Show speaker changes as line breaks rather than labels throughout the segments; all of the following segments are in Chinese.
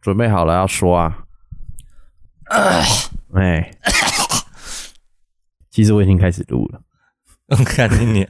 准备好了要说啊。哎，其实我已经开始录了。
看你你，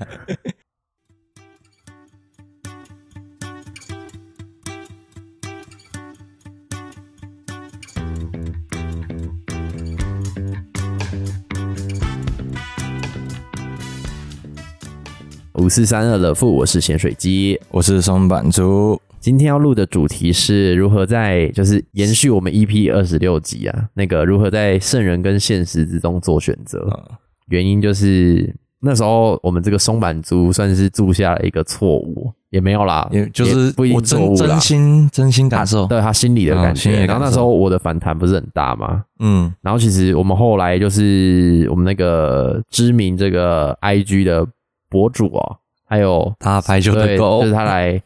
五四三二的富，我是咸水鸡。
我是松板猪。
今天要录的主题是如何在就是延续我们 EP 二十六集啊，那个如何在圣人跟现实之中做选择。
嗯
原因就是那时候我们这个松板猪算是铸下了一个错误，也没有啦，
也就
也
是
不一定
我
错误
真
啦
真心真心感受，
对他心里的
嗯
感
心里
觉。
的
然后
感
那时
受
候我的反弹不是很大嘛，
嗯，
然后其实我们后来就是我们那个知名这个 IG 的博主哦，还有
他排球
对，
的狗
就是他来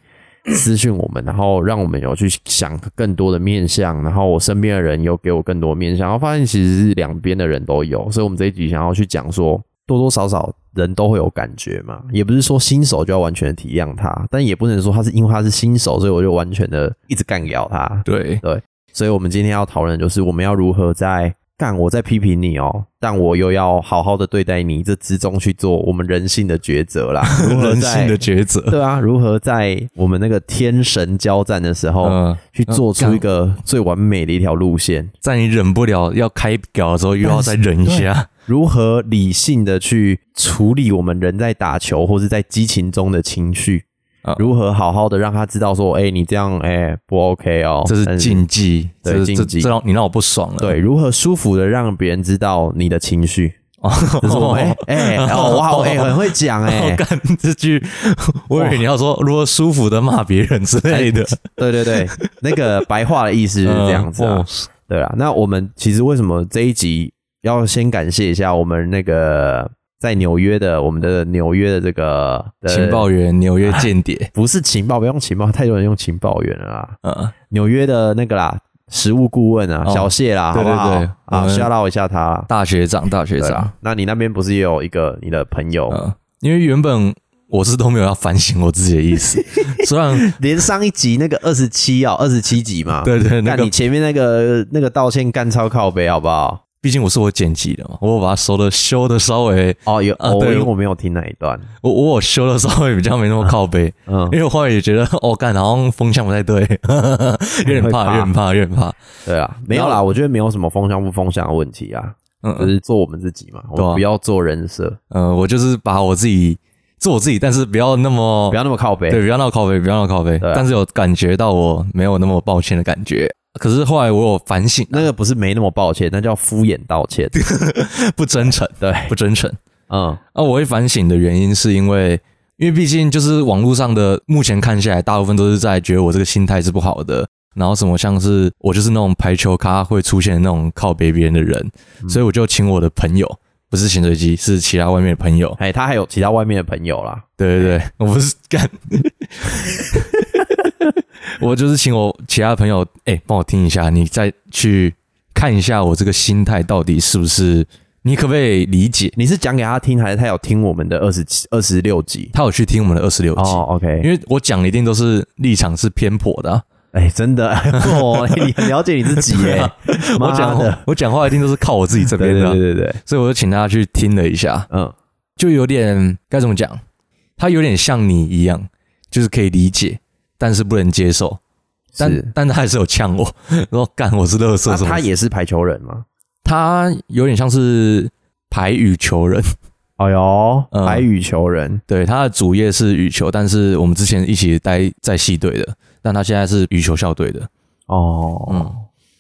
私讯我们，然后让我们有去想更多的面向，然后我身边的人有给我更多面向，然后发现其实是两边的人都有，所以我们这一集想要去讲说。多多少少人都会有感觉嘛，也不是说新手就要完全的体谅他，但也不能说他是因为他是新手，所以我就完全的一直干掉他。
对，
所以我们今天要讨论的就是我们要如何在干我在批评你哦，但我又要好好的对待你，这之中去做我们人性的抉择 啦，如何
人
在
性的抉择，
对啊，如何在我们那个天神交战的时候，
嗯，
去做出一个最完美的一条路线？
在你忍不了要开屌的时候，又要再忍一下，
如何理性的去处理我们人在打球或是在激情中的情绪？
啊
如何好好的让他知道说，哎、你这样，哎、不 OK 哦，
这
但
是禁忌，
对
这是
禁
这
忌
这让你让我不爽 了，
对，如何舒服的让别人知道你的情绪？
哦
就是我们哎、哎哦，哇，哎、很会讲哎、
我干这句， 我以为你要说如果舒服的骂别人之类的，
对对对，那个白话的意思哎就是这样子啊。
嗯哦
对啦，那我们其实为什么这一集要先感谢一下我们那个在纽约的我们的纽约的这个的
情报员，纽约间谍，
不是情报，不用情报，太多人用情报员了啦。
嗯，
纽约的那个啦，食物顾问啊，
哦
小谢啦，
对对
好不好
对我
啊，
们
吓到一下他啦。
大学长，大学
对
长
啦。，那你那边不是也有一个你的朋友，
嗯，因为原本我是都没有要反省我自己的意思，虽然
连上一集那个二十七 啊，二十七集嘛，
对对，那
那
个
你前面那个那个道歉干超靠背好不好？
毕竟我是我剪辑的嘛，我有把它收的修的稍微，
哦，有，
啊
哦，因
对
为我没有听那一段，
我我有修的稍微比较没那么靠背，
嗯，
因为我后来也觉得哦，干好像风向不太对， 有点
会
怕，
怕
有点怕，有点怕，
对啊，没有啦，我觉得没有什么风向不风向的问题啊，就
嗯
是做我们自己嘛，我
对
们
啊
不要做人设，
呃，我就是把我自己做我自己，但是不要那么
不。要那么靠背。
哦对，不要闹靠背，不要闹靠背
对啊，
但是有感觉到我没有那么抱歉的感觉。可是后来我有反省，
那个不是没那么抱歉，那叫敷衍道歉。
不真诚，
对，
不真诚。
嗯，
啊，我会反省的原因是因为，因为毕竟就是网络上的，目前看下来，大部分都是在觉得我这个心态是不好的，然后什么像是我就是那种排球咖会出现的那种靠别别人的人，所以我就请我的朋友，不是潜水机，是其他外面的朋友，
哎，他还有其他外面的朋友啦，
对对对，我不是干， 我就是请我其他朋友，哎、帮我听一下，你再去看一下我这个心态到底是不是，你可不可以理解？
你是讲给他听，还是他有听我们的二十七、二十六集？
他有去听我们的二十六集。
哦，OK，
因为我讲的一定都是立场是偏颇的啊、
哎，真的， 哦，你很了解你自己耶。
我
妈
讲
的，
我讲话一定都是靠我自己这
对
边
对
的啊、
对对对，
所以我就请大家去听了一下，
嗯，
就有点该怎么讲，他有点像你一样，就是可以理解，但是不能接受，
是
但但他还是有呛我， 然后干我是乐色
啊
什么的、
他也是排球人嘛？
他有点像是排羽球人，
哎呦，
嗯
排羽球人，
对，他的主业是羽球，但是我们之前一起待在系队的，但他现在是羽球校队的，
哦，
嗯，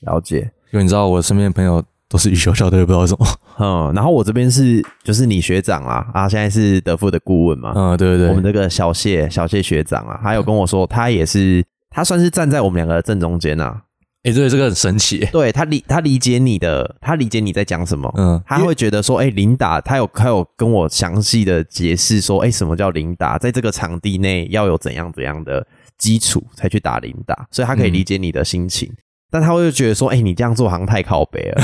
了解。
因为你知道我身边的朋友都是羽球校队，不知道为什么，
嗯，然后我这边是就是你学长啦，啊，现在是德富的顾问嘛，
嗯，对对
我们
对，
这个小谢小谢学长啊，他有跟我说，他也是他算是站在我们两个的正中间啊，
哎，对，这个很神奇耶，
对他理他理解你的，他理解你在讲什么。
嗯，
他会觉得说，哎、琳达，他有他有跟我详细的解释说，哎、什么叫琳达，在这个场地内要有怎样怎样的基础才去打琳达，所以他可以
嗯
理解你的心情，但他会觉得说，哎、你这样做好像太靠北 了，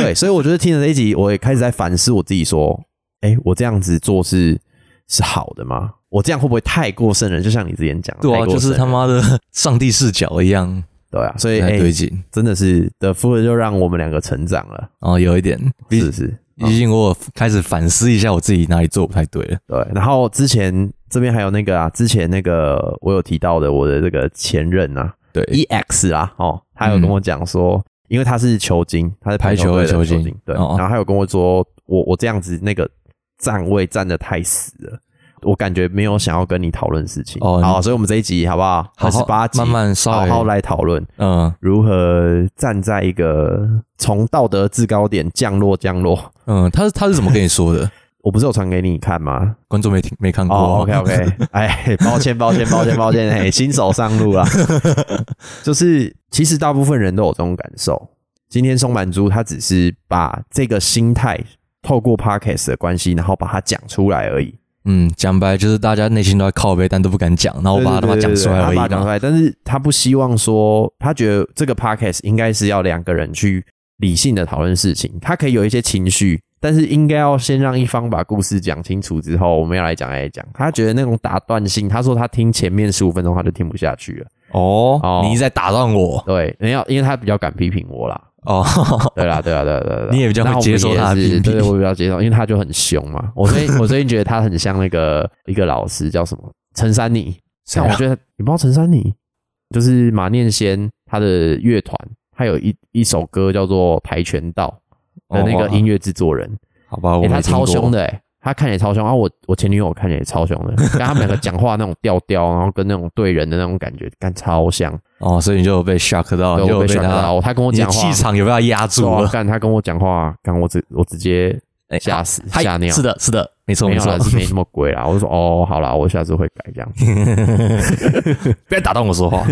对，所以我觉得听了这一集，我也开始在反思我自己，说，哎、我这样子做是是好的吗？我这样会不会太过圣人？就像你之前讲的，
对
太
啊，
过
就是
圣
他
人
妈的上帝视角一样，
对啊，所以
在
哎、
堆积。
真的是的夫人就让我们两个成长了，
然后有一点，毕
是是，
毕竟我有开始反思一下我自己哪里做不太对了。
对。然后之前这边还有那个啊，之前那个我有提到的我的这个前任啊
对，
，EX 啊，哦，他有跟我讲说，因为他是球精，他是
排球
队的
的
球
球精
对，
哦哦
然后他有跟我说，我我这样子那个站位站的太死了。我感觉没有想要跟你讨论事情，
哦
好，所以我们这一集好不好？
好好
十八集，
慢慢稍
好
微
好来讨论。
嗯
如何站在一个从道德制高点降落降落。
嗯，他是他是怎么跟你说的？
我不是有传给你看吗？
观众没听没看过
哦、o k OK，哎，抱歉抱歉抱歉抱歉，哎，新手上路 啊，就是其实大部分人都有这种感受。今天松满猪他只是把这个心态透过 podcast 的关系，然后把它讲出来而已。
嗯，讲白就是大家内心都在靠背，但都不敢讲，然后我把他妈讲出来
对对对对
而
对他
已
把它讲出
啦。
来，但是他不希望说，他觉得这个 podcast 应该是要两个人去理性的讨论事情，他可以有一些情绪，但是应该要先让一方把故事讲清楚之后，我们要来讲来讲。他觉得那种打断性，他说他听前面十五分钟他就听不下去了，哦
哦，你一直在打断我
对，没有，因为他比较敢批评我啦。
哦，
对啦，对啦，对啦，对啦，对啦
你也比较会接受
那
他的
我们也是
批评
对，我比较接受，因为他就很凶嘛。我最近我最近觉得他很像那个一个老师叫什么陈珊妮，
谁
但
啊
我觉得你不知道陈珊妮，就是马念先他的乐团，他有一一首歌叫做《跆拳道》的那个音乐制作人，
好吧，哦我
欸、他
没听
超
过
凶，的、欸，他看起来超凶，然、后我我前女友看起来也超凶的，但他们两个讲话那种调调，然后跟那种对人的那种感觉，感超像，
哦，所以你就有被 shock 到，
对
哦你就
我
有
被吓
他
到，他跟我
你的
讲话
气场有被他压住
对啊
了，
干他跟我讲话，干我直我直接
哎
吓死
嗨
吓尿。
是的，是的，没错
没
没
有
错
啦，，是没那么鬼啦。我就说哦，好啦，我下次会改 这样。
不要打断我说话。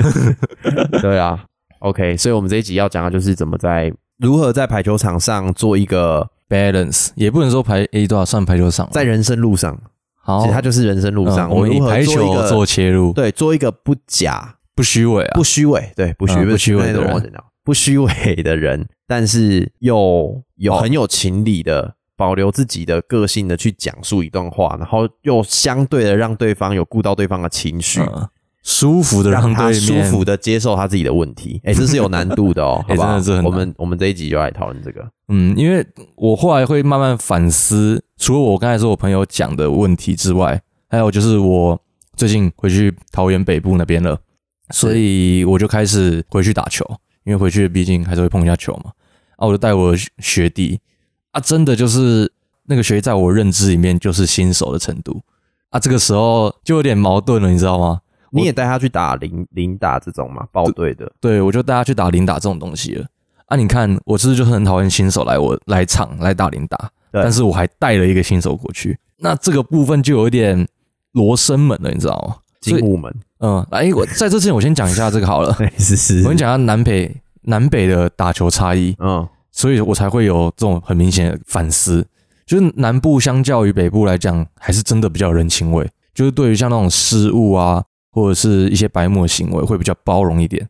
对啊，OK，所以我们这一集要讲的就是怎么在如何在排球场上做一个
balance 也不能说排 A 多少算排球场了，
在人生路上，
好
其实它就是人生路上，
嗯我们以
如何
排
做一
球
个
做切入，
对做一个不假、
不虚伪啊
不，虚伪，对不虚
嗯不虚伪的
对
人
我知道不虚伪的人，但是又有
好
很有情理的。保留自己的个性的去讲述一段话，然后又相对的让对方有顾到对方的情绪，
嗯舒服的
让
让
他
对
舒
面
服的接受他自己的问题。哎、这是有难度的 哦，好
哎
不好？
真的是很难
我们我们这一集就来讨论这个。
嗯，因为我后来会慢慢反思，除了我刚才说我朋友讲的问题之外，还有就是我最近回去桃园北部那边了，所以我就开始回去打球，因为回去毕竟还是会碰一下球嘛。啊，我就带我的学学弟啊，真的就是那个学弟在我认知里面就是新手的程度啊，这个时候就有点矛盾了，你知道吗？
你也带他去打零零打这种嘛，报队的，
对，我就带他去打零打这种东西了。啊，你看，我是不是就是很讨厌新手来我来场来打零打？
对
但是我还带了一个新手过去，那这个部分就有一点罗生门了，你知道吗？
精
所以哎
武 门，。
嗯，哎，我在这之前我先讲一下这个好了
是是
我跟你讲一下南北南北的打球差异，
嗯，
所以我才会有这种很明显的反思。就是南部相较于北部来讲，还是真的比较有人情味，就是对于像那种失误啊，或者是一些白目的行为，会比较包容一点。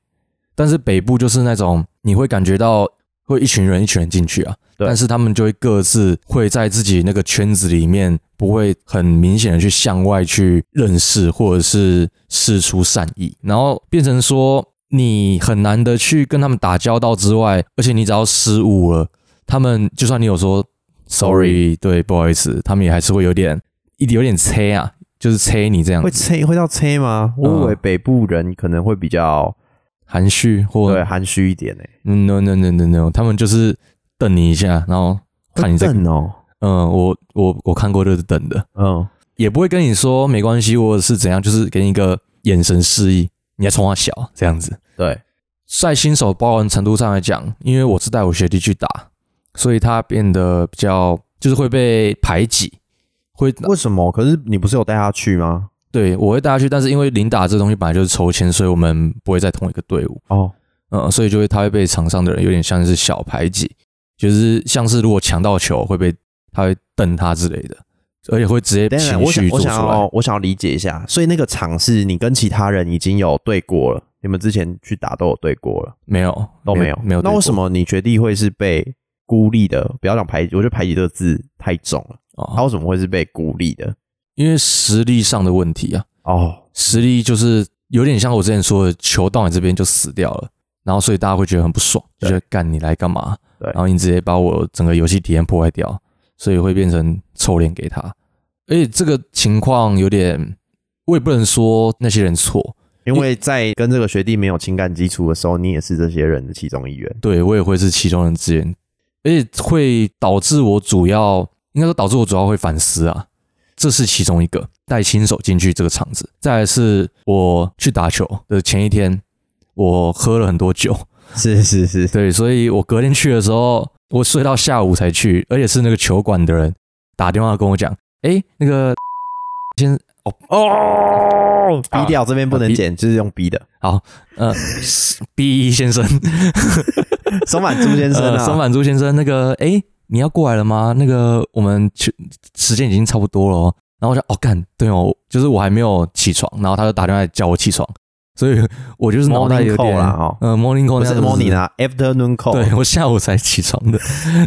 但是北部就是那种你会感觉到会一群人一群人进去啊，
对
但是他们就会各自会在自己那个圈子里面，不会很明显的去向外去认识或者是示出善意，然后变成说你很难的去跟他们打交道之外，而且你只要失误了，他们就算你有说 sorry，对，不好意思，他们也还是会有点一有点催啊，就是催你这样
会
子
吹会到吹吗？我以为
嗯
北部人可能会比较
含蓄或
对啊含蓄一点呢、欸，
嗯 no no no no no，他们就是瞪你一下，然后看你在
会瞪哦，
嗯，我我我看过就是等的，
嗯，
也不会跟你说没关系或者是怎样，就是给你一个眼神示意，你在冲他笑这样子。
对，
在新手包容程度上来讲，因为我是带我学弟去打，所以他变得比较就是会被排挤，会
为什么？可是你不是有带他去吗？
对我会带他去，但是因为零打这东西本来就是抽签，所以我们不会在同一个队伍。
哦，
嗯，所以就会他会被场上的人有点像是小排挤，就是像是如果抢到球会被他会瞪他之类的，而且会直接
当然，
情
我想
绪
我
做出
想
来
要。我想要理解一下，所以那个场是你跟其他人已经有对过了，你们之前去打都有对过了。
没有，
都没有，
没有。
那为什
么？
么你学弟会是被孤立的？不要讲排挤，我觉得排挤这个字太重了。他
哦，
为什么会是被孤立的？
因为实力上的问题啊，
哦，
实力就是有点像我之前说的，球到你这边就死掉了。然后所以大家会觉得很不爽，就
对
觉得干你来干嘛？
对
然后你直接把我整个游戏体验破坏掉，所以会变成臭脸给他。而且这个情况有点，我也不能说那些人错，
因为在跟这个学弟没有情感基础的时候，你也是这些人的其中一员。
对我也会是其中人之一，而且会导致我主要应该说导致我主要会反思啊，这是其中一个带新手进去这个场子。再来是我去打球的前一天，我喝了很多酒，
是是是，
对，所以我隔天去的时候，我睡到下午才去，而且是那个球馆的人打电话跟我讲，哎，那个先
哦，逼掉这边不
啊
能剪，就是用逼的。
呃 ，B 先生，
松满朱先生
呃，
啊，
松满珠先生，那个，哎、你要过来了吗？那个，我们去时间已经差不多了、哦。然后我就，哦，干，对哦，就是我还没有起床，然后他就打电话叫我起床，所以我就是脑袋有
Morning call
点，
啦哦
呃，morning call
不是
那样子
morning 啊，afternoon call。
对我下午才起床的，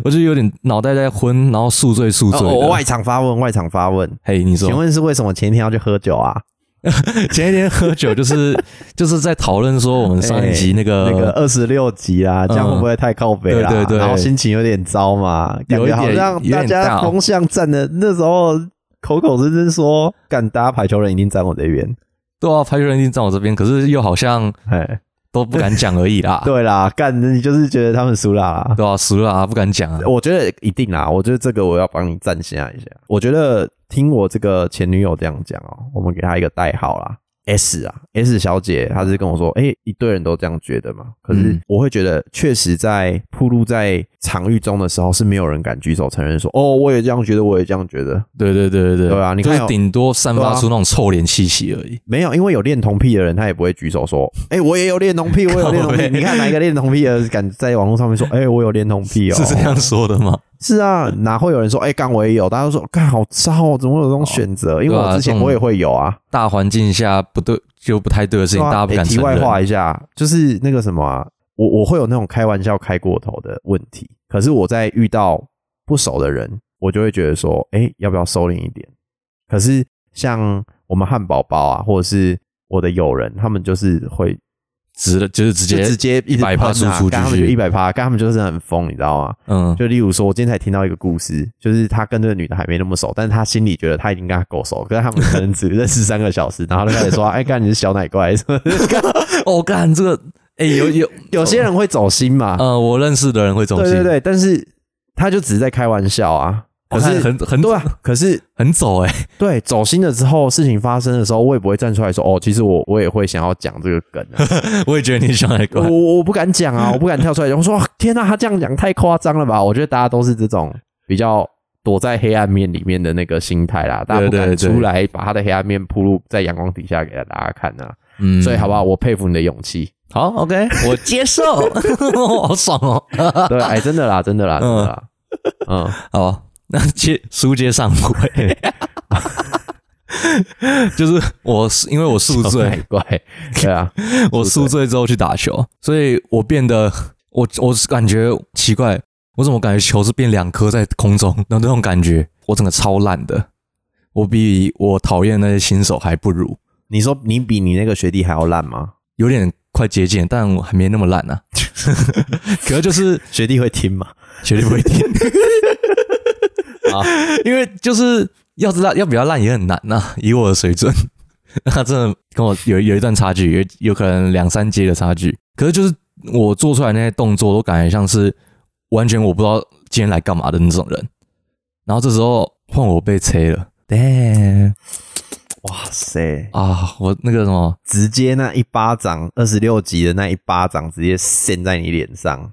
我就有点脑袋在昏，然后宿醉宿
哦，
醉哦的。
我外场发问，外场发问，
嘿，你说
请，问是为什么前一天要去喝酒啊？
前一天喝酒就是 就是在讨论说我们上一集那个、
哎那个二十六集啊，这样会不会太靠北啦？
呃嗯
啊
对对对
然后心情有点糟嘛，感
有一
觉
点
好像大
有点
家
大哦
风向站的那时候口口声声说，干，大家排球人一定站我这边。
对啊，排球人已经站我这边，可是又好像
哎，。
都不敢讲而已啦
对啦，干，你就是觉得他们输啦啦。
对啊，输了啊，不敢讲啊。
我觉得一定啦，我觉得这个我要帮你站下一下。我觉得听我这个前女友这样讲哦、我们给她一个代号啦，S 啊，S 小姐，她是跟我说，哎、一堆人都这样觉得嘛。可是
嗯
我会觉得，确实在铺路在场域中的时候，是没有人敢举手承认说，哦，我也这样觉得，我也这样觉得。
对对对对对，
对啊你
就
看
是
有
顶多散
对
发
啊
出那种臭脸气息而已。
没有，因为有恋童癖的人，他也不会举手说：“哎、我也有恋童癖，我有恋童
靠
癖。”
背
你看哪一个恋童癖的人敢在网络上面说：“哎、我有恋童癖哦、
是这样说的吗？
是啊，哪会有人说哎，干、我也有？大家都说干好糟哦，怎么会有这种选择？因为
对
我
啊
之前
这种
我也会有啊。
大环境下不对就不太对的事情，
对啊
大家不敢
诶题
承
外
认。
话一下，就是那个什么、啊，我我会有那种开玩笑开过头的问题，可是我在遇到不熟的人，我就会觉得说，哎、要不要收敛一点？可是像我们汉堡包啊，或者是我的友人，他们就是会
直的就是直
就
接
直接一直
100%
喷啊
输出
干他
继
们就
续
一百趴，干他们就是很疯，你知道吗？
嗯，
就例如说，我今天才听到一个故事，就是他跟这个女的还没那么熟，但是他心里觉得他已经跟她够熟，可是他们可能只认识三个小时，然后就开始说：“哎，干你是小奶怪。什么的
哦，干这个，哎、有有”
有些人会走心嘛，
呃，我认识的人会这种
对
心，哦
对对，但是他就只是在开玩笑啊。可
我看
是
很很
对啊，可是
很走哎、
对走心了之后，事情发生的时候，我也不会站出来说：“哦，其实我我也会想要讲这个梗、啊。”
我也觉得你想来怪
我，我我不敢讲 啊，我不敢跳出来讲。我说哇天啊呐，他这样讲太夸张了吧？我觉得大家都是这种比较躲在黑暗面里面的那个心态啦，大家不
对
敢
对对
出来把他的黑暗面铺露在阳光底下给大家看啊。
嗯，
所以好不好？我佩服你的勇气。
好，OK，我接受， 好爽哦。
对，哎，真的啦，真的啦，真的啦。嗯，
好，那接书接上回， 就是我是因为我宿醉，
太 怪，对啊，
我宿醉之后去打球，所以我变得我我是感觉奇怪，我怎么感觉球是变两颗在空中，然后那种感觉，我整个超烂的，我比我讨厌的那些新手还不如，
你说你比你那个学弟还要烂吗？
有点快接近，但我还没那么烂啊。 可是就是
学弟会听吗？
绝对不会听
啊
啊，因为就是要知道要比较烂也很难呐、以我的水准， 那真的跟我有有一段差距，有有可能两三阶的差距。可是就是我做出来那些动作，都感觉像是完全我不知道今天来干嘛的那种人。然后这时候换我被催了，damn
哇塞，
啊！我那个什么，
直接那一巴掌，二十六级的那一巴掌直接扇在你脸上。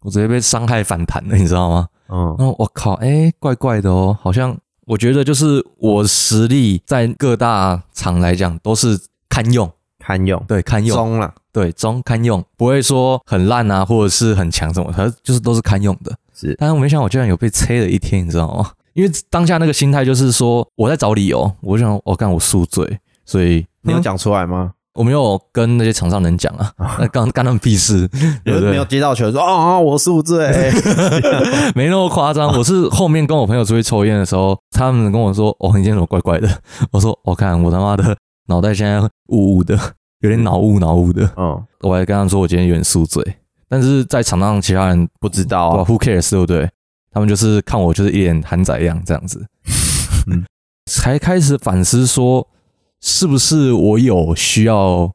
我直接被伤害反弹了，你知道吗？
嗯，
然后我靠，哎、怪怪的哦，好像我觉得就是我实力在各大厂来讲都是堪用，
堪用，
对，堪用，
中了，
对，中堪用，不会说很烂啊，或者是很强什么，它就是都是堪用的。
是
但是我没想到我居然有被催了一天，你知道吗？ 因为当下那个心态就是说我在找理由，我就想我干、我宿醉，所以
你有，讲出来 吗？
我没有跟那些厂商人讲啊，那干干他们屁事，
有
对不 对
没有接到球说哦哦，我宿 醉，
没那么夸张，我是后面跟我朋友出去抽烟的时候，他哦们跟我说：“哦，你今天怎么怪怪的？”我说：“我、看我他妈的脑袋现在雾雾的，有点脑雾脑雾的。
嗯，
我还跟他说我今天有点宿醉，但是在场上其他人
不知道
哇
啊，
，Who cares，对不对？他们就是看我就是一脸憨仔样这样子，
嗯
才开始反思说，是不是我有需要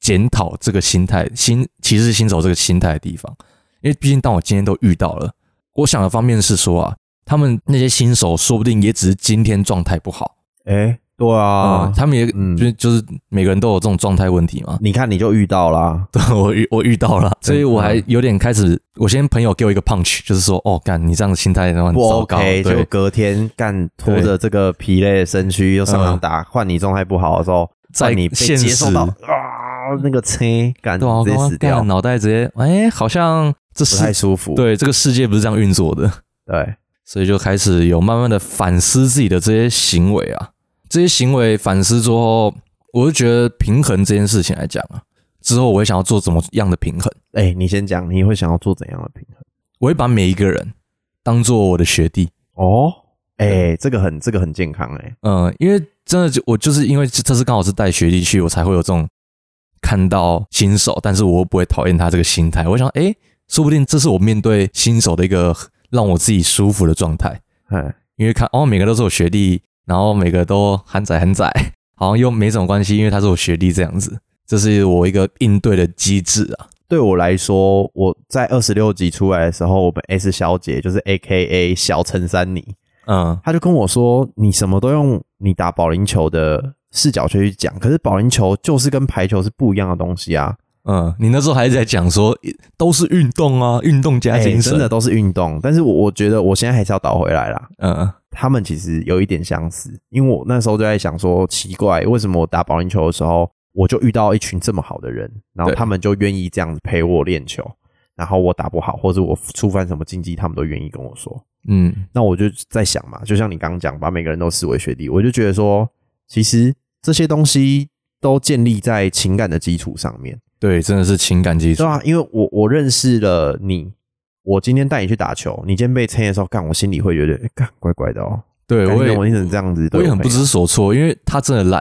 检讨这个心态，新歧视新手这个心态的地方？因为毕竟当我今天都遇到了，我想的方面是说啊，他们那些新手说不定也只是今天状态不好
哎、对啊
嗯，他们也、
嗯
就就是每个人都有这种状态问题嘛，
你看你就遇到啦，
对，我遇我遇到了， 所以我还有点开始，我先朋友给我一个 punch，就是说，哦，干你这样的心态然后很
不
糟糕，
OK，就
对，
隔天干拖着这个疲累的身躯又上场打，换、你状态不好的时候，
嗯在
换你被
现
接送
实
到啊那个车感
对啊，我
直接
刚刚
死掉
干，脑袋直接，哎，好像这
不太
世
舒服。
对这个世界不是这样运作的，
对，
所以就开始有慢慢的反思自己的这些行为啊，这些行为反思之后，我就觉得平衡这件事情来讲啊，之后我会想要做怎么样的平衡，
哎、你先讲，你会想要做怎样的平衡？
我会把每一个人当做我的学弟，
哦，哎、这个很这个很健康哎、
嗯，因为真的就我就是因为这次刚好是带学弟去，我才会有这种看到新手，但是我又不会讨厌他这个心态。我想，诶，说不定这是我面对新手的一个让我自己舒服的状态，
嗨，
因为看哦，每个都是我学弟，然后每个都憨仔憨仔，好像又没什么关系，因为他是我学弟这样子，这是我一个应对的机制啊。
对我来说，我在二十六集出来的时候，我们 S 小姐就是 A K A 小陈珊妮，
嗯，
她就跟我说，你什么都用你打保龄球的视角去讲，可是保龄球就是跟排球是不一样的东西啊，
嗯，你那时候还在讲说都是运动啊，运动加
哎
精神，
真的都是运动，但是我我觉得我现在还是要倒回来啦。
嗯，
他们其实有一点相似，因为我那时候就在想说，奇怪，为什么我打保龄球的时候，我就遇到一群这么好的人，然后
对
他们就愿意这样子陪我练球，然后我打不好，或者我触犯什么禁忌，他们都愿意跟我说。
嗯，
那我就在想嘛，就像你刚刚讲，把每个人都视为学弟，我就觉得说，其实这些东西都建立在情感的基础上面，
对，真的是情感基础
对。啊，因为我我认识了你。我今天带你去打球，你今天被牵的时候，干我心里会有点哎干、怪怪的哦、
对，
干
我
你
也
怎么你怎么这样子对朋
我
友？
也很不知所措，因为他真的烂，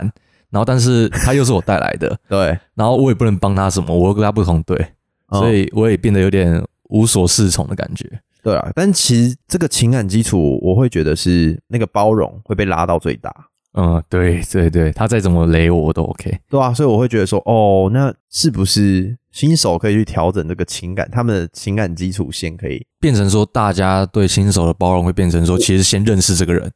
然后但是他又是我带来的，
对，
然后我也不能帮他什么，我又跟他不同队，
嗯哦
所以我也变得有点无所适从的感觉。
对啊，但其实这个情感基础，我会觉得是那个包容会被拉到最大，
嗯，对对对，他再怎么雷我，我都 OK。
对啊，所以我会觉得说，哦，那是不是新手可以去调整这个情感，他们的情感基础线可以？
变成说，大家对新手的包容会变成说，其实先认识这个人。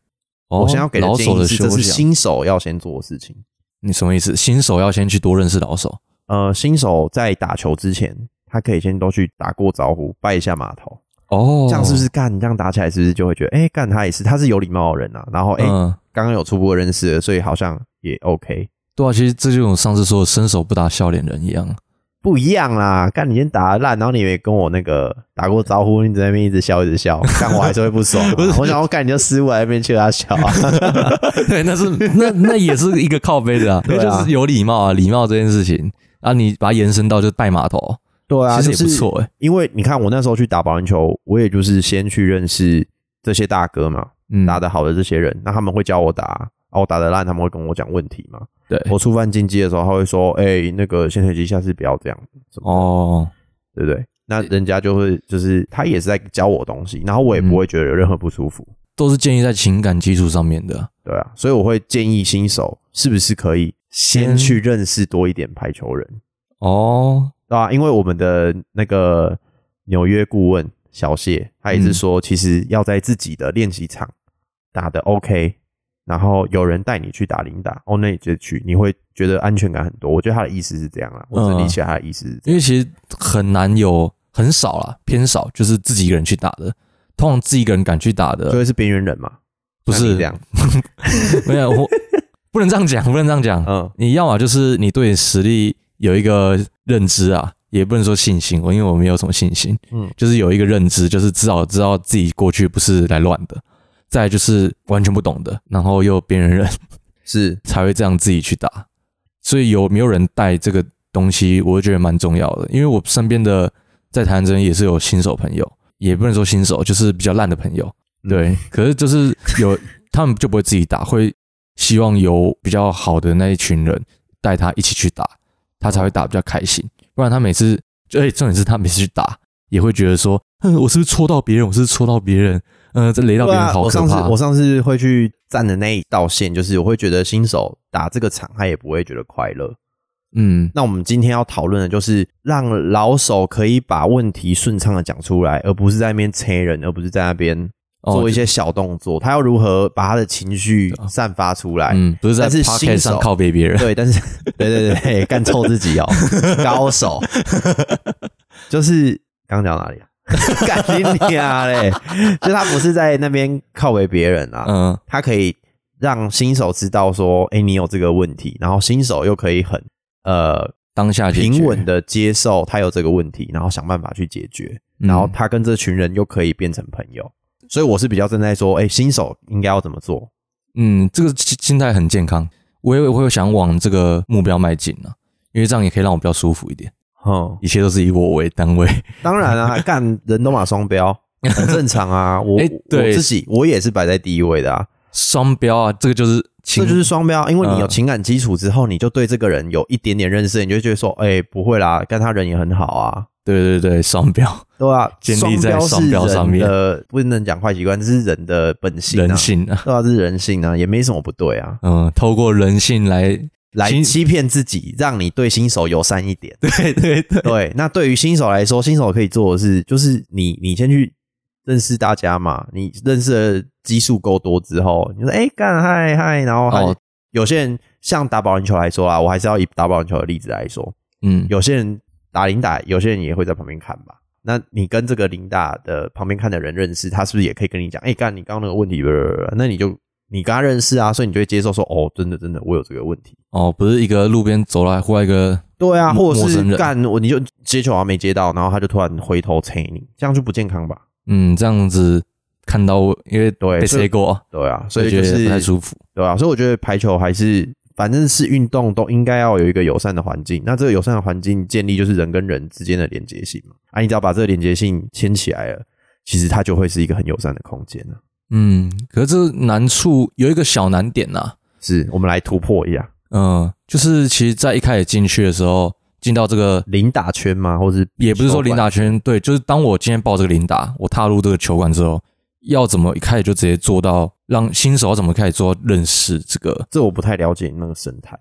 哦
我先要给的
老
建
手
议
的
是，
修
这是
养，
新手要先做的事情。
你什么意思？新手要先去多认识老手。
呃，新手在打球之前，他可以先都去打过招呼，拜一下码头，
哦，
这样是不是干？这样打起来是不是就会觉得，哎、干他也是，他是有礼貌的人啊。然后，哎、
嗯，
刚刚有初步的认识了，所以好像也 OK。
对啊，其实这就跟我上次说的“伸手不打笑脸人”一样。
不一样啦，干你先打得烂，然后你也没跟我那个打过招呼，你在那边一直笑一直 笑，干我还是会不爽、啊。我想要干你就失误在那边去他笑啊，
对，那是那那也是一个靠背的啊，
对啊
那就是有礼貌啊，礼貌这件事情啊，你把它延伸到就拜码头，
对啊，
其
就
实也
是
不错哎、
因为你看我那时候去打保龄球，我也就是先去认识这些大哥嘛，
嗯，
打得好的这些人，那他们会教我打，啊，我打得烂，他们会跟我讲问题嘛。
对
我触犯禁忌的时候，他会说，哎、那个先水机下次不要这样，什么的
哦，
对不对？那人家就会就是他也是在教我东西，然后我也不会觉得有任何不舒服。
都是建立在情感基础上面的啊。
对啊，所以我会建议新手是不是可以先
先
去认识多一点排球人，
哦，
对吧、因为我们的那个纽约顾问小谢，他也是说，其实要在自己的练习场打的 OK，然后有人带你去打零打，哦，那你就去，你会觉得安全感很多。我觉得他的意思是这样啦，我
嗯
整理起来他的意思是这样。
因为其实很难有很少啦，偏少，就是自己一个人去打的。通常自己一个人敢去打
所
的，
以是边缘人嘛？
不
像你
是
这样，
没有，我 不能这样讲，不能这样讲。
嗯，
你要么就是你对实力有一个认知啊，也不能说信心，我因为我没有什么信心，
嗯
嗯，就是有一个认知，就是至少知道自己过去不是来乱的。再来就是完全不懂的，然后又边缘人
是
才会这样自己去打，所以有没有人带这个东西，我觉得蛮重要的。因为我身边的在台湾这边也是有新手朋友，也不能说新手，就是比较烂的朋友，
嗯
对， 可是就是有他们就不会自己打，会希望有比较好的那一群人带他一起去打，他才会打比较开心。不然他每次，而且重点是他每次去打，也会觉得说，哼，我是不是戳到别人？我是不是戳到别人？呃，这雷到别人好
啊我
可
上次
怕。
我上次会去站的那一道线，就是我会觉得新手打这个场，他也不会觉得快乐。
嗯，
那我们今天要讨论的就是让老手可以把问题顺畅的讲出来，而不是在那边催人，而不是在那边
哦
做一些小动作。他要如何把他的情绪散发出来？
嗯，不是在
但是
p o c
新
a
手
上靠背别人。
对，但是对对对对，干臭自己哦，高手，就是刚讲哪里啊？ 干你娘嘞！就他不是在那边靠为别人啊，
嗯，
他可以让新手知道说，哎、你有这个问题，然后新手又可以很呃
当下解决嗯
平稳，的接受他有这个问题，然后想办法去解决，
嗯
然后他跟这群人又可以变成朋友。所以我是比较正在说，哎、新手应该要怎么做？
嗯，这个心心态很健康。我也我也想往这个目标迈进啊，因为这样也可以让我比较舒服一点。
嗯，
一切都是以我为单位。
当然啊， 干人都马双标，很正常啊。我、
哎
我
对
自己我也是摆在第一位的啊，
双标啊，这个就是情
这就是双标。因为你有
嗯
情感基础之后，你就对这个人有一点点认识，你就会觉得说，哎、不会啦，干他人也很好啊，
对对对，双标
对吧、啊？
建立在
双
双标
是
上面
人的不能讲坏习惯，这是人的本性、啊，
人性啊，
对啊，这是人性啊，也没什么不对啊。
嗯，透过人性来，
来
新。
欺骗自己，让你对新手友善一点
对对对，
对，那对于新手来说，新手可以做的是，就是你你先去认识大家嘛，你认识的基数够多之后，你说哎干嗨嗨，然后他
哦
有些人像打保龄球来说啊，我还是要以打保龄球的例子来说，
嗯，
有些人打零打，有些人也会在旁边看吧。那你跟这个零打的旁边看的人认识，他是不是也可以跟你讲，哎、干你刚刚那个问题，不不不不那你就你跟他认识啊，所以你就会接受说，哦，真的真的，我有这个问题。
哦，不是一个路边走来忽然一个，
对啊，
陌
或者
陌生
是
人
干我你就接球啊没接到，然后他就突然回头催你，这样就不健康吧？
嗯，这样子看到我，因为
对
被
所以
塞过，
对啊，所以
觉
就
得
是
不太舒服，
对啊，所以我觉得排球还是反正是运动都应该要有一个友善的环境。那这个友善的环境建立就是人跟人之间的连接性嘛。啊，你只要把这个连接性牵起来了，其实它就会是一个很友善的空间了、
嗯，可是这难处有一个小难点呐、
是我们来突破一下
嗯，就是其实，在一开始进去的时候，进到这个
零打圈吗？或是
也不是说
球
零
馆
打圈，对，就是当我今天报这个零打，我踏入这个球馆之后，要怎么一开始就直接做到让新手要怎么开始做到认识这个，
这我不太了解那个生 态。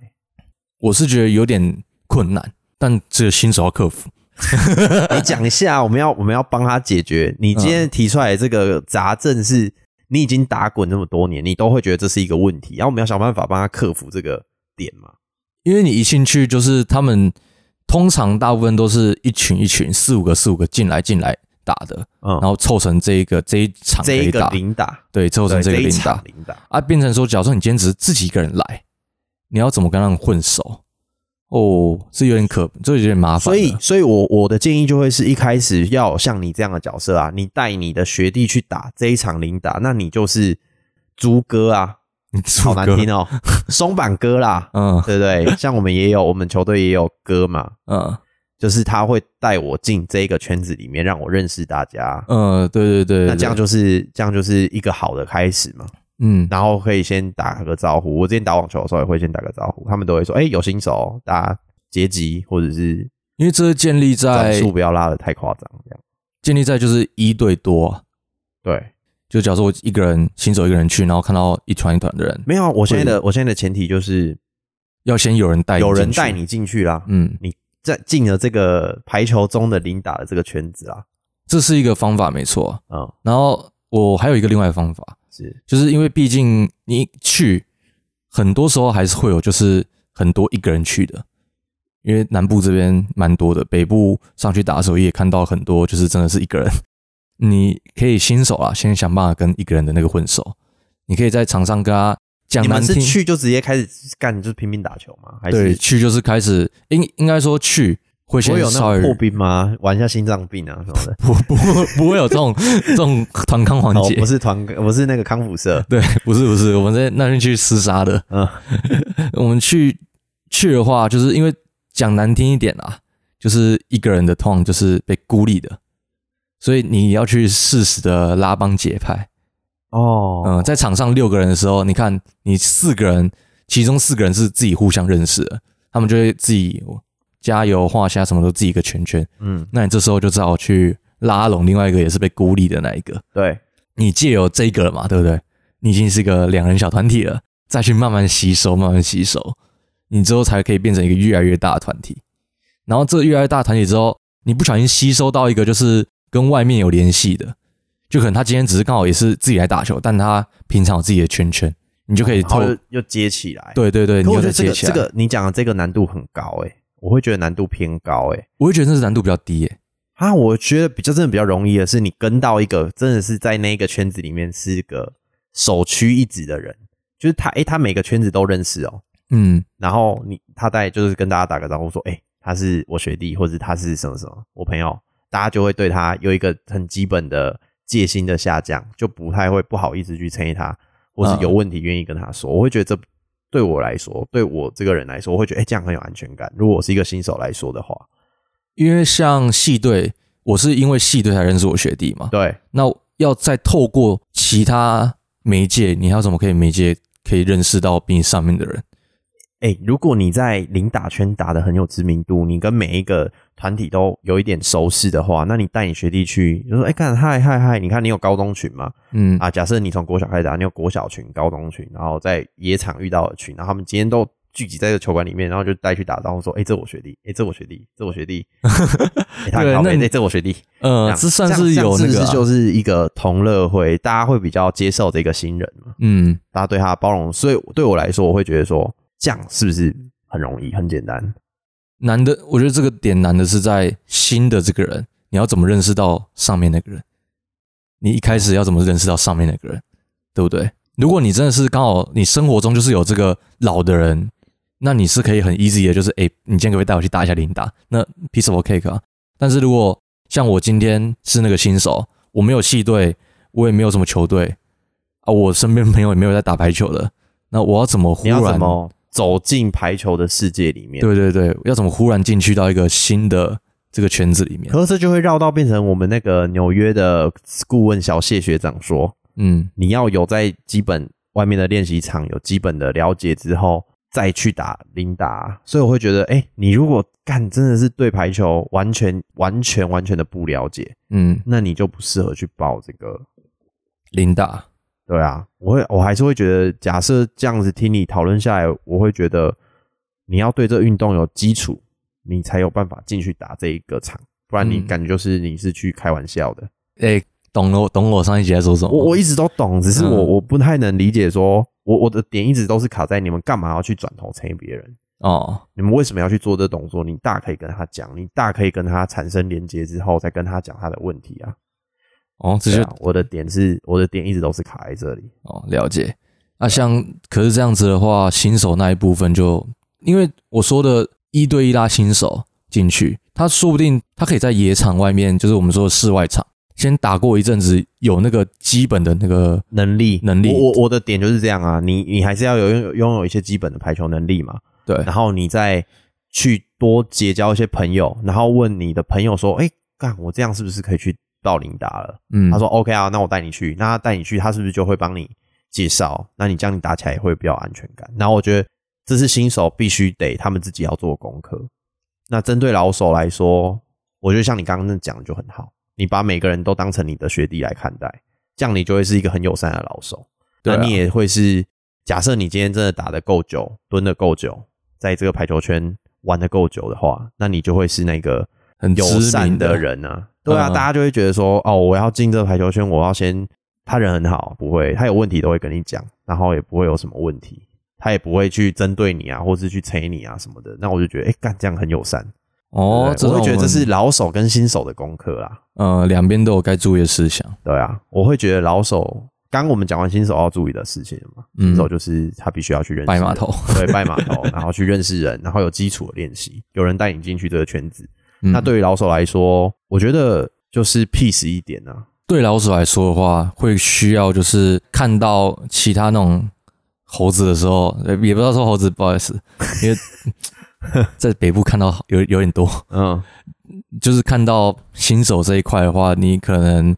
我是觉得有点困难，但只有新手要克服。
你哎讲一下，我们要我们要帮他解决。你今
嗯
天提出来的这个杂症是，你已经打滚那么多年，你都会觉得这是一个问题，然后我们要想办法帮他克服这个点嘛。
因为你一进去就是他们通常大部分都是一群一群四五个四五个进来进来打的，
嗯，
然后凑成这一个这一场
这
可
一
以
个
打，
零打，
对，凑成
对
这个
一
零
场
打
零打，
啊，变成说，假如说你今天只是自己一个人来，你要怎么跟他们混熟？哦，这有点可，这有点麻烦
所
了。
以，所以我我的建议就会是一开始要有像你这样的角色啊，你带你的学弟去打这一场零打，那你就是猪哥啊，
你
好
出
难
歌，
听哦， 松板哥 啦，
嗯
对不对？像我们也有，我们球队也有哥嘛，
嗯
就是他会带我进这个圈子里面，让我认识大家。
嗯，对对对，
那这样
就
就是这样就是一个好的开始嘛，
嗯
然后可以先打个招呼。我之前打网球的时候也会先打个招呼，他们都会说：“哎、有新手哦，大家结集，或者是
因为这是建立
战
在
术不要拉的太夸张。”这样
建立在就是一对多啊、
对，
就假如说我一个人新手一个人去，然后看到一团一团的人，
没有啊。我现在的我现在的前提就是
要先有人带你，
有人带，你进去啦，
嗯，
在进了这个排球中的琳达的这个圈子啊啦。
这是一个方法没错啊。
嗯，
然后我还有一个另外的方法，
是
就是因为毕竟你去，很多时候还是会有就是很多一个人去的，因为南部这边蛮多的，北部上去打的时候也看到很多，就是真的是一个人。 你可以新手啊，先想办法跟一个人的那个混熟，你可以在场上跟他讲
你
难
们是
听，
去就直接开始干，就是拼命打球吗？还
对
是
去就是开始应应该说去会
不
先
会有那种
稍微
破冰吗？玩一下心脏病 啊什么的。
不不不会有这种这种 团康环
哦
节，，
不是团，不是那个康复 社，
对，不是不是，我们在那边去厮杀的。
嗯
嗯， 我们去去的话，就是因为讲难听一点啊，就是一个人的痛就是被孤立的，所以你要去适时的拉帮结派。
哦
嗯，在场上六个人的时候，你看你四个人，其中四个人是自己互相认识的，他们就会自己加油、画虾什么都自己一个圈圈，
嗯，
那你这时候就只好去拉拢另外一个也是被孤立的那一个。
对，
你借由这一个了嘛，对不对？你已经是个两人小团体了，再去慢慢吸收，慢慢吸收，你之后才可以变成一个越来越大的团体。然后这越来越大的团体之后，你不小心吸收到一个就是跟外面有联系的，就可能他今天只是刚好也是自己来打球，但他平常有自己的圈圈，你就可以
然
透
后又又接起来。，
对对对，你
哦可我觉
又
得这
再接
个
起
这
来。
个你讲的这个难度很高诶、我会觉得难度偏高诶、欸
我会觉得这是难度比较低耶、
啊，我觉得比较真的比较容易的是，你跟到一个真的是在那个圈子里面是个首屈一指的人，就是他，诶、他每个圈子都认识哦。
嗯，
然后你他在就是跟大家打个招呼说，诶、他是我学弟，或者他是什么什么我朋友，大家就会对他有一个很基本的戒心的下降，就不太会不好意思去称他，或是有问题愿意跟他说。我会觉得这对我来说，对我这个人来说，我会觉得诶、这样很有安全感。如果我是一个新手来说的话，
因为像系队，我是因为系队才认识我学弟嘛，
对，
那要再透过其他媒介，你还有什么可以媒介可以认识到比你上面的人？
哎、如果你在零打圈打的很有知名度，你跟每一个团体都有一点熟识的话，那你带你学弟去，你就说，哎、看，嗨嗨嗨，你看你有高中群吗？
嗯，
啊，假设你从国小开始打，你有国小群、高中群，然后在野场遇到的群，然后他们今天都聚集在这个球馆里面，然后就带去打招呼说，哎、这我学弟，哎、这我学弟，这我学 弟，哎他很
对
靠
那
北
你
哎这我学弟，
呃，
样
这算
样
是
这样
有那
不
个
是
啊、
就是一个同乐会，大家会比较接受这个新人嘛。
嗯，
大家对他的包容，所以对我来说，我会觉得说这样是不是很容易、很简单？
难的，我觉得这个点难的是在新的这个人，你要怎么认识到上面那个人？你一开始要怎么认识到上面那个人，对不对？如果你真的是刚好你生活中就是有这个老的人，那你是可以很 easy 的，就是诶、你今天可不可以带我去打一下铃打？那 piece of cake 啊。但是如果像我今天是那个新手，我没有系队，我也没有什么球队啊，我身边朋友也没有在打排球的，那我要怎么忽
你要怎
然哦
么走进排球的世界里面？，
对对对，要怎么忽然进去到一个新的这个圈子里面？
可是这就会绕到变成我们那个纽约的顾问小谢学长说，
嗯，
你要有在基本外面的练习场有基本的了解之后，再去打零打。所以我会觉得，哎、你如果干真的是对排球完全、完全、完全的不了解，
嗯，
那你就不适合去报这个
林大，
对啊，我会，我还是会觉得，假设这样子听你讨论下来，我会觉得你要对这运动有基础，你才有办法进去打这一个场，不然你
嗯
感觉就是你是去开玩笑的。
哎、懂了，懂我上一集在说什么？
我我一直都懂，只是我、
嗯
我不太能理解说，我我的点一直都是卡在你们干嘛要去转头催别人？
哦，
你们为什么要去做这动作？你大可以跟他讲，你大可以跟他产生连接之后，再跟他讲他的问题啊。
哦，这
对
就、
啊，我的点是，我的点一直都是卡在这里。
哦了解。啊，像可是这样子的话，新手那一部分就，因为我说的一对一拉新手进去，他说不定他可以在野场外面，就是我们说的室外场，先打过一阵子，有那个基本的那个
能力，
能力
我我我的点就是这样啊，你你还是要有拥拥有一些基本的排球能力嘛，
对，
然后你再去多结交一些朋友，然后问你的朋友说，哎、干我这样是不是可以去到林达了？
嗯，
他说 OK 啊，那我带你去，那他带你去，他是不是就会帮你介绍？那你这样你打起来也会比较有安全感。然后我觉得这是新手必须得他们自己要做的功课。那针对老手来说，我觉得像你刚刚那讲的就很好，你把每个人都当成你的学弟来看待，这样你就会是一个很友善的老手。
对啊
那你也会是，假设你今天真的打得够久，蹲得够久，在这个排球圈玩得够久的话，那你就会是那个
很
友
知
善
名的
人啊。对啊，
嗯
大家就会觉得说，哦，我要进这个排球圈，我要先他人很好，不会，他有问题都会跟你讲，然后也不会有什么问题，他也不会去针对你啊，或是去催你啊什么的。那我就觉得，哎、干这样很友善。
哦，
对不对我会觉得这
种
是老手跟新手的功课啦。
呃，两边都有该注意的事项。
对啊，我会觉得老手，刚刚我们讲完新手要注意的事情了嘛，
嗯
新手就是他必须要去认识
拜
人
码头，
对，拜码头，然后去认识人，然后有基础的练习，有人带你进去这个圈子。那
嗯
对于老手来说，我觉得就是 peace 一点啊，
对老鼠来说的话，会需要就是看到其他那种猴子的时候，呃也不知道说猴子，不好意思，因为 在北部看到有有点多，
嗯，
就是看到新手这一块的话，你可能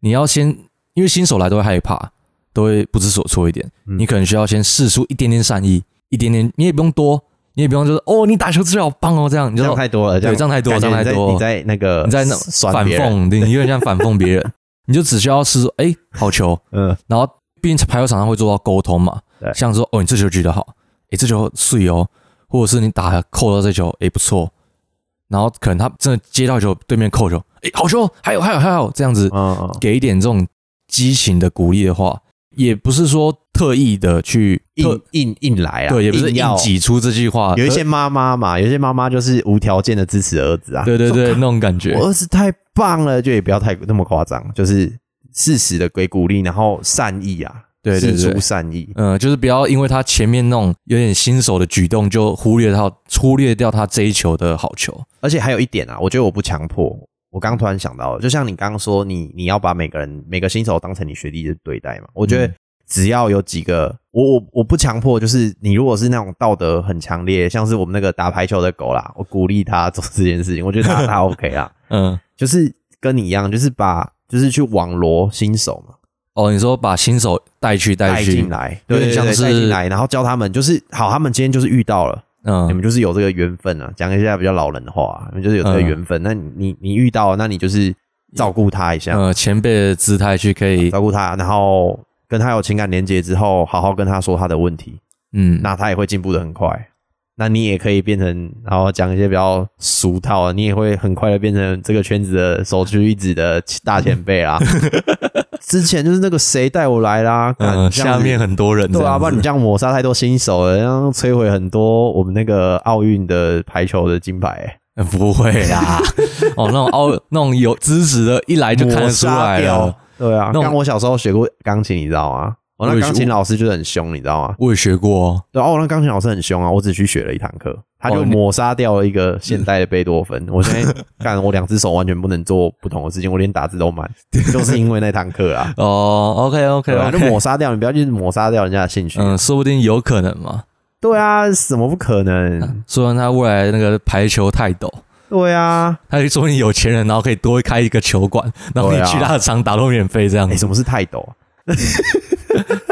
你要先，因为新手来都会害怕，都会不知所措一点，
嗯
你可能需要先试出一点点善意，一点点，你也不用多，你也不用就是哦，你打球技巧好棒哦，这样你
这
知
样
道
太多了，这样
对这样太多了
感觉你在
这样太多了
你在那个
你在那
呃酸
反
别人，
讽，对你有点像反讽别人，你就只需要是说，哎、好球，
嗯，
然后毕竟排球场上会做到沟通嘛
对，
像说哦，你这球举得好，哎，这球碎哦，或者是你打扣到这球，哎，不错，然后可能他真的接到球，对面扣球，哎，好球，还有还有还有，这样子
嗯嗯，
给一点这种激情的鼓励的话，也不是说特意的去特
硬硬硬来啊，
对，也不是
硬要
硬挤出这句话，
有一些妈妈嘛，有一些妈妈就是无条件的支持儿子啊。
对对对那种感觉
我，儿子太棒了，就也不要太那么夸张，就是适时的给鼓励，然后善意啊，
对对对
释出善意。
嗯，就是不要因为他前面那种有点新手的举动，就忽略到忽略掉他这一球的好球，
而且还有一点啊，我觉得我不强迫。我刚突然想到，就像你刚刚说，你你要把每个人每个新手当成你学弟的对待嘛？我觉得
嗯
只要有几个，我我我不强迫，就是你如果是那种道德很强烈，像是我们那个打排球的狗啦，我鼓励他做这件事情，我觉得他 他 OK 啦，
嗯。
就是跟你一样，就是把就是去网罗新手嘛，
哦，你说把新手带去带去
进，来，
有
对
点
对
像
对
是
带进来，然后教他们，就是好，他们今天就是遇到了。你
嗯
们，就是有这个缘分啊，讲一下比较老人的话、啊，你们就是有这个
嗯
缘分。那你你你遇到，那你就是照顾他一下，
呃，前辈的姿态去可以，
照顾他，然后跟他有情感连接之后，好好跟他说他的问题，
嗯，
那他也会进步的很快。那你也可以变成，然后讲一些比较俗套的，你也会很快的变成这个圈子的首屈一指的大前辈 啦。之前就是那个谁带我来啦，干
嗯，
这样
下
子
面很多人这样子，
对啊，不然你这样抹杀太多新手了，这样摧毁很多我们那个奥运的排球的金牌、欸。
呃不会
啊
啦，哦，那种凹那种有知识的，一来就看得出来了。。
对啊，
那种
像我小时候学过钢琴，你知道吗？我
我
那
也
钢
学
琴老师就是很凶，你知道吗？
我也学过哦，
对啊，我那钢琴老师很凶啊，我只去学了一堂课，他就
哦你
抹杀掉了一个现代的贝多 芬。我现在干，我两只手完全不能做不同的事情，我连打字都 慢，就是因为那堂课啊。
哦，OK OK
对啊，就
OK，
抹杀掉，你不要去抹杀掉人家的兴趣。
嗯，说不定有可能嘛，
对啊，怎么不可能？
说完他未来那个排球泰斗。
对啊，
他就说不定有钱人，然后可以多开一个球馆，然后你
对啊
去他的场打都免费这样
哎，
子。
什么是泰斗啊？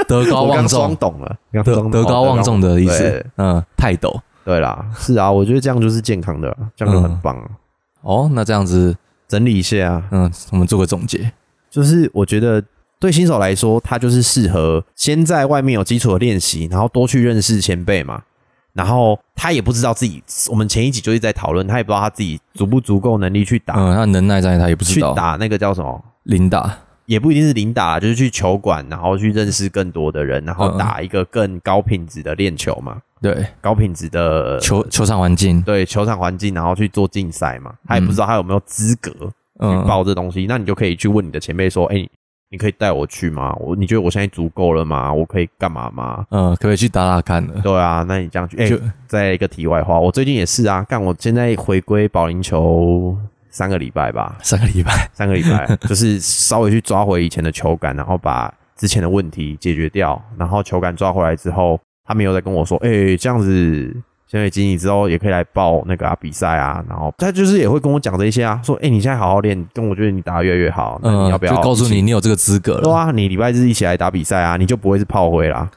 德高
哎我
望
刚双
重，
懂了，刚
德
双懂
德高望重的意思
对。
嗯，泰斗。
对啦，是啊，我觉得这样就是健康的，这样就很棒。啊
哦，那这样子，
整理一下啊，
嗯，我们做个总结。
就是我觉得对新手来说，他就是适合先在外面有基础的练习，然后多去认识前辈嘛。然后他也不知道自己，我们前一集就是在讨论，他也不知道他自己足不足够能力去打，
嗯，他能耐在他也不知
去
道。
打那个叫什么，
琳达，
也不一定是零打啦，就是去球馆，然后去认识更多的人，然后
嗯
打一个更高品质的练球嘛，
对，
高品质的
球球场环境，
对球场环境，然后去做竞赛嘛，他也不知道他有没有资格去
嗯，
报这东西，那你就可以去问你的前辈说，哎、你你可以带我去吗？我你觉得我现在足够了吗？我可以干嘛吗？
嗯，可不可以去打打看呢？
对啊，那你这样去，哎、
就
再一个题外话，我最近也是啊，干，我现在回归保龄球三个礼拜吧，
三个礼拜，
三个礼拜，就是稍微去抓回以前的球感，然后把之前的问题解决掉，然后球感抓回来之后，他们有在跟我说，哎、这样子。现在经理之后也可以来报那个啊比赛啊，然后他就是也会跟我讲这一些啊，说哎、你现在好好练，跟我觉得你打得越来越好，那
嗯，
你要不要、
就告诉你，你有这个资 格
对
了。
啊，你礼拜日一起来打比赛啊，你就不会是炮灰啦，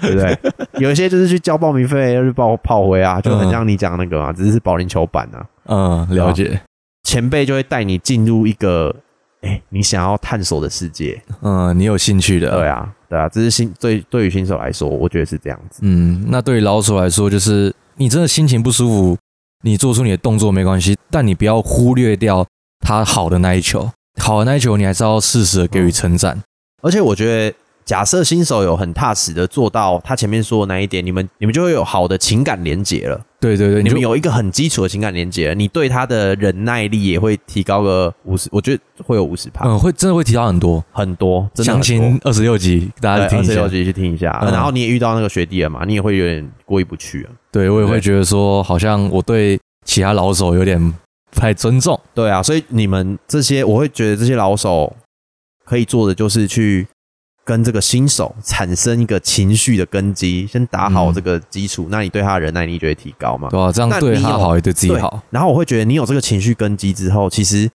对不对？有一些就是去交报名费，要去报炮灰啊，就很像你讲那个啊，只是保龄球版啊，
嗯，了解。
前辈就会带你进入一个，哎、你想要探索的世界。
嗯，你有兴趣的。
对啊，对啊，这是新对对于新手来说，我觉得是这样子。
嗯，那对于老手来说，就是你真的心情不舒服，你做出你的动作没关系，但你不要忽略掉他好的那一球。好的那一球，你还是要适时的给予称
嗯
赞。
而且我觉得，假设新手有很踏实的做到他前面说的那一点，你们你们就会有好的情感连结了。
对对对，
你
你就
们有一个很基础的情感连结了，你对他的忍耐力也会提高个五十，我觉得会有五十趴，
嗯，会真的会提到很多。
很多，真的
详
很多。
情二十六集，大家听
对，
一下
有。去听一下，
嗯
然后你也遇到那个学弟了嘛，你也会有点过意不去啊。
对我也
对
会觉得说，好像我对其他老手有点不太尊重。
对啊，所以你们这些，我会觉得这些老手可以做的就是去跟这个新手产生一个情绪的根基，先打好
嗯
这个基础，那你对他的忍耐力就会提高嘛。
对吧、这样
那
对
你
他
有
好，也对自己
对
好。
然后我会觉得你有这个情绪根基之后，其实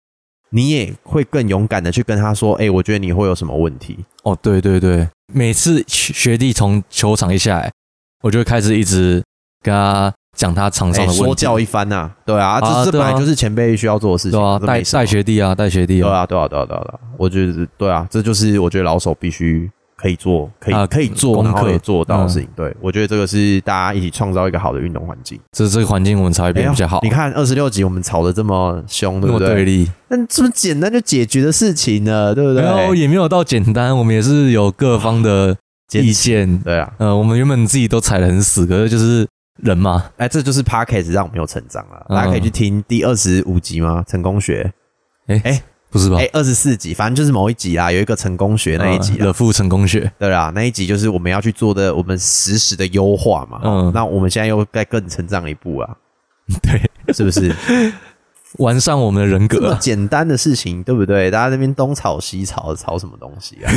你也会更勇敢的去跟他说：“哎、我觉得你会有什么问题。
哦，对对对，每次学学弟从球场一下来，我就会开始一直跟他讲他场上
哎
的问
说
题，
教一番呐，对啊，
啊
这这
对
本
啊
来就是前辈需要做的事情，
对啊，
这
带
没什么
带学弟啊，带学弟
对
啊，
啊，对啊，对啊，对啊，对啊，我觉得对啊，这就是我觉得老手必须可以做，可以、
啊
可以做，
功
然后
课嗯
也做到的事情。对，我觉得这个是大家一起创造一个好的运动环境，
这这个环境我们才会变得比较好，
哎呦你看二十六集我们吵得这么凶，
那
对不
么对
对？
立，
那这么简单就解决的事情呢，对不哎对？
然后哎也没有到简单，我们也是有各方的
坚持
意见，
对啊，
呃，我们原本自己都踩得很死，可是就是人嘛，
哎，这就是 p a c k a g e 让我们有成长了。
嗯
大家可以去听第二十五集吗？成功学，
不是吧？
哎，二十四集，反正就是某一集啦，有一个成功学那一集啊啦
嗯乐富啊成 功学，
对啦，那一集就是我们要去做的，我们实时的优化嘛。
嗯
那我们现在又在更成长一步啊，
对，
是不 是？
完善我们的人
这
格
么
啊，
简单的事情，对不对？大家那边东吵西吵，吵什么东西啊？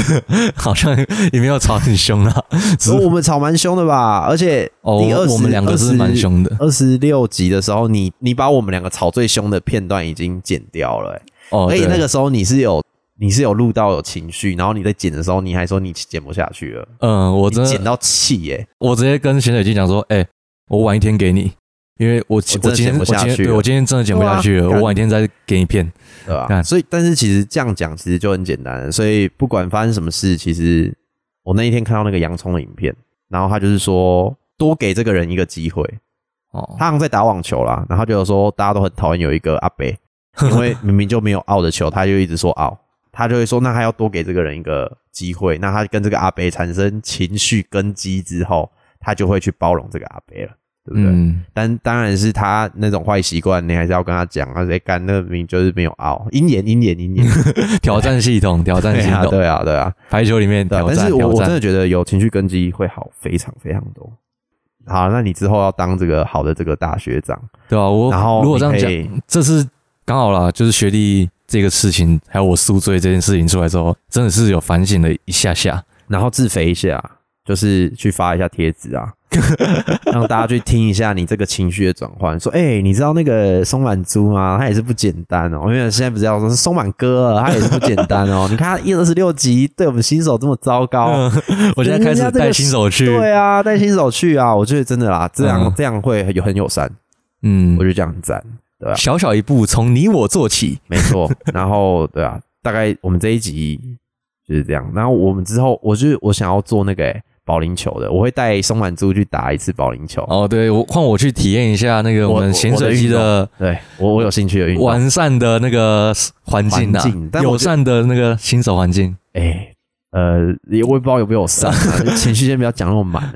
好像也没有吵很凶啊， 只
我
是
们吵蛮凶的吧？而且
哦
第二，十
我们两个是蛮。凶的
二十六集的时候，你你把我们两个吵最凶的片段已经剪掉了、欸，
哦，
而且
对
那个时候你是有你是有录到有情绪，然后你在剪的时候，你还说你剪不下去了，
嗯，我真
你剪
的
到气欸耶、
我直接跟咸水鸡讲说，哎，我晚一天给你。因为我
真的
我今天
剪不
我今
下
天
去
对
了
我今天真的剪不下去了，
对啊
我晚一天再给你片。
对吧？
干
所以，但是其实这样讲其实就很简单，所以不管发生什么事，其实我那一天看到那个洋葱的影片，然后他就是说多给这个人一个机会，
哦，
他好像在打网球啦，然后他就有说大家都很讨厌有一个阿 北，因为明明就没有傲的球，他就一直说傲，他就会说那他要多给这个人一个机会，那他跟这个阿北产生情绪根基之后，他就会去包容这个阿北了，对不对？
嗯，
但当然是他那种坏习惯，你还是要跟他讲，他谁干那名就是没有熬，鹰眼鹰眼 鹰眼，
挑战 系统，挑战
对
系
啊
统，
对啊对啊
排球里面
对啊。
哦挑
但
战，
是我
挑
我真的
战。
觉得有情绪根基会好非常非常多。好，那你之后要当这个好的这个大学长，
对啊，我
然后
如果这样
你可
讲，
以
这是刚好啦，就是学历这个事情，还有我宿醉这件事情出来之后，真的是有反省了一 下下。
然后自肥一下，就是去发一下贴纸啊， 让大家去听一下你这个情绪的转换。说，哎、你知道那个松满猪吗？他也是不简单哦。因为现在不是要说是松满哥了，他也是不简单哦。 你看他一二十六集对我们新手这么糟糕，
我现在开始带新手去，
对啊，带新手去啊，我觉得真的啦，这样、
嗯
这样会很有很友善，
嗯
我觉，得这样很赞。对啊，
小小一步，从你我做起。
没 错。然后对啊，大概我们这一集就是这样。然后我们之后，我就是我想要做那个、欸、保龄球的，我会带松满猪去打一次保龄球。
哦，对，我换我去体验一下那个
我
我们咸水鸡的
对我，我有兴趣有运动。
完善的那个环境啊
环境，但我
友
觉得
善的那个新手环境。
哎、呃，也我也不知道有没有上、啊， 就情绪先不要讲那么满、啊。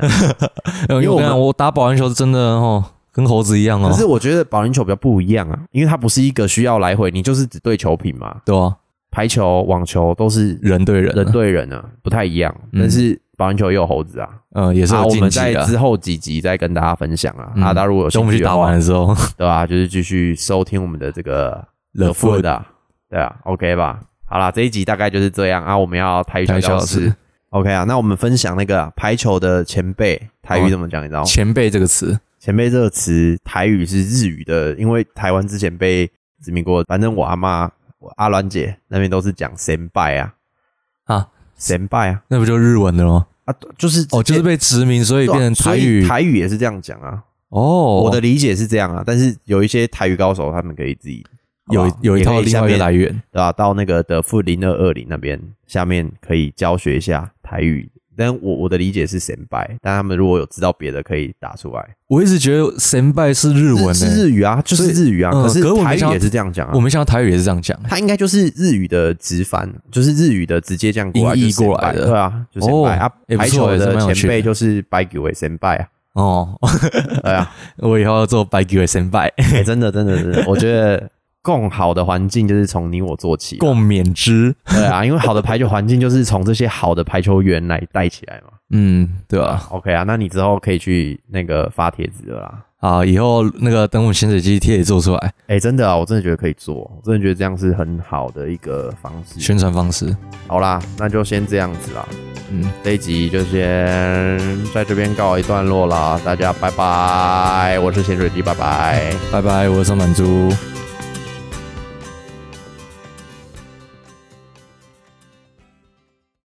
呃因为
因为我
我跟
们
你讲我打保龄球是真的哦，跟猴子一样
可
哦
是，我觉得保龄球比较不一样啊，因为它不是一个需要来回，你就是只对球品嘛。
对啊，
排球、网球都是
人对人啊，
人对人啊，不太一样。
嗯
但是保龄球也有猴子啊，
嗯，也是
啊，
有
我
晋
们
级
在
的啊。
之后几集再跟大家分享啊。
嗯
啊，大家如果有
等
兴
我们
趣
去
的
打
话
完的时候，
对吧、就是继续收听我们的这个
The Food
的，对啊，OK 吧？好啦，这一集大概就是这样啊。我们要台语小
台语小
教
教室
室，OK 啊。那我们分享那个排球的前辈，台
啊
语怎么讲？你知道吗？
前辈这个词，
前辈这个词，台语是日语的，因为台湾之前被殖民过，反正我阿妈、我阿鸾姐那边都是讲先拜啊，
啊，
先拜啊，
那不就日文的吗？
啊，就是
哦，
直
就是
接
被殖民，所以变成
啊所
台
以
语。
台语也是这样讲啊。
哦，
我的理解是这样啊，但是有一些台语高手，他们可以自己好不好
有有一套
也可以
另
下
外一
面
个来源。
对吧、到那个的负零二二零那边，下面可以教学一下台语。但我我的理解是神拜，但他们如果有知道别的，可以打出来。
我一直觉得神拜是日文
是
呢、
是日语啊，就是日语啊。
所以嗯
可是
可是我没
台语
想到
也是这样讲
我
啊。
没想到台语也是这样讲、欸。
它应该就是日语的直翻，就是日语的直接这样过来
音
就
译
是神
过来
拜
的
对啊，就神拜、
哦
啊。
也不
排
错
球
也是蛮有
的
趣的
前辈就是白九为神拜啊，
哦，
对啊，
我以后要做白球的神拜，
哎真的真的真的，我觉得更好的环境就是从你我做起啊，
共勉之。
对啊，因为好的排球环境就是从这些好的排球员来带起来嘛。
嗯，对吧、
OK 啊，那你之后可以去那个发帖子了啦。
啊？以后那个等我们潜水机贴也做出来，
哎、真的啊，我真的觉得可以做，我真的觉得这样是很好的一个方式。
宣传方式。
好啦，那就先这样子啦，
嗯，
这一集就先在这边告一段落啦，大家拜拜，我是潜水机，拜拜。
拜拜，我是松满珠。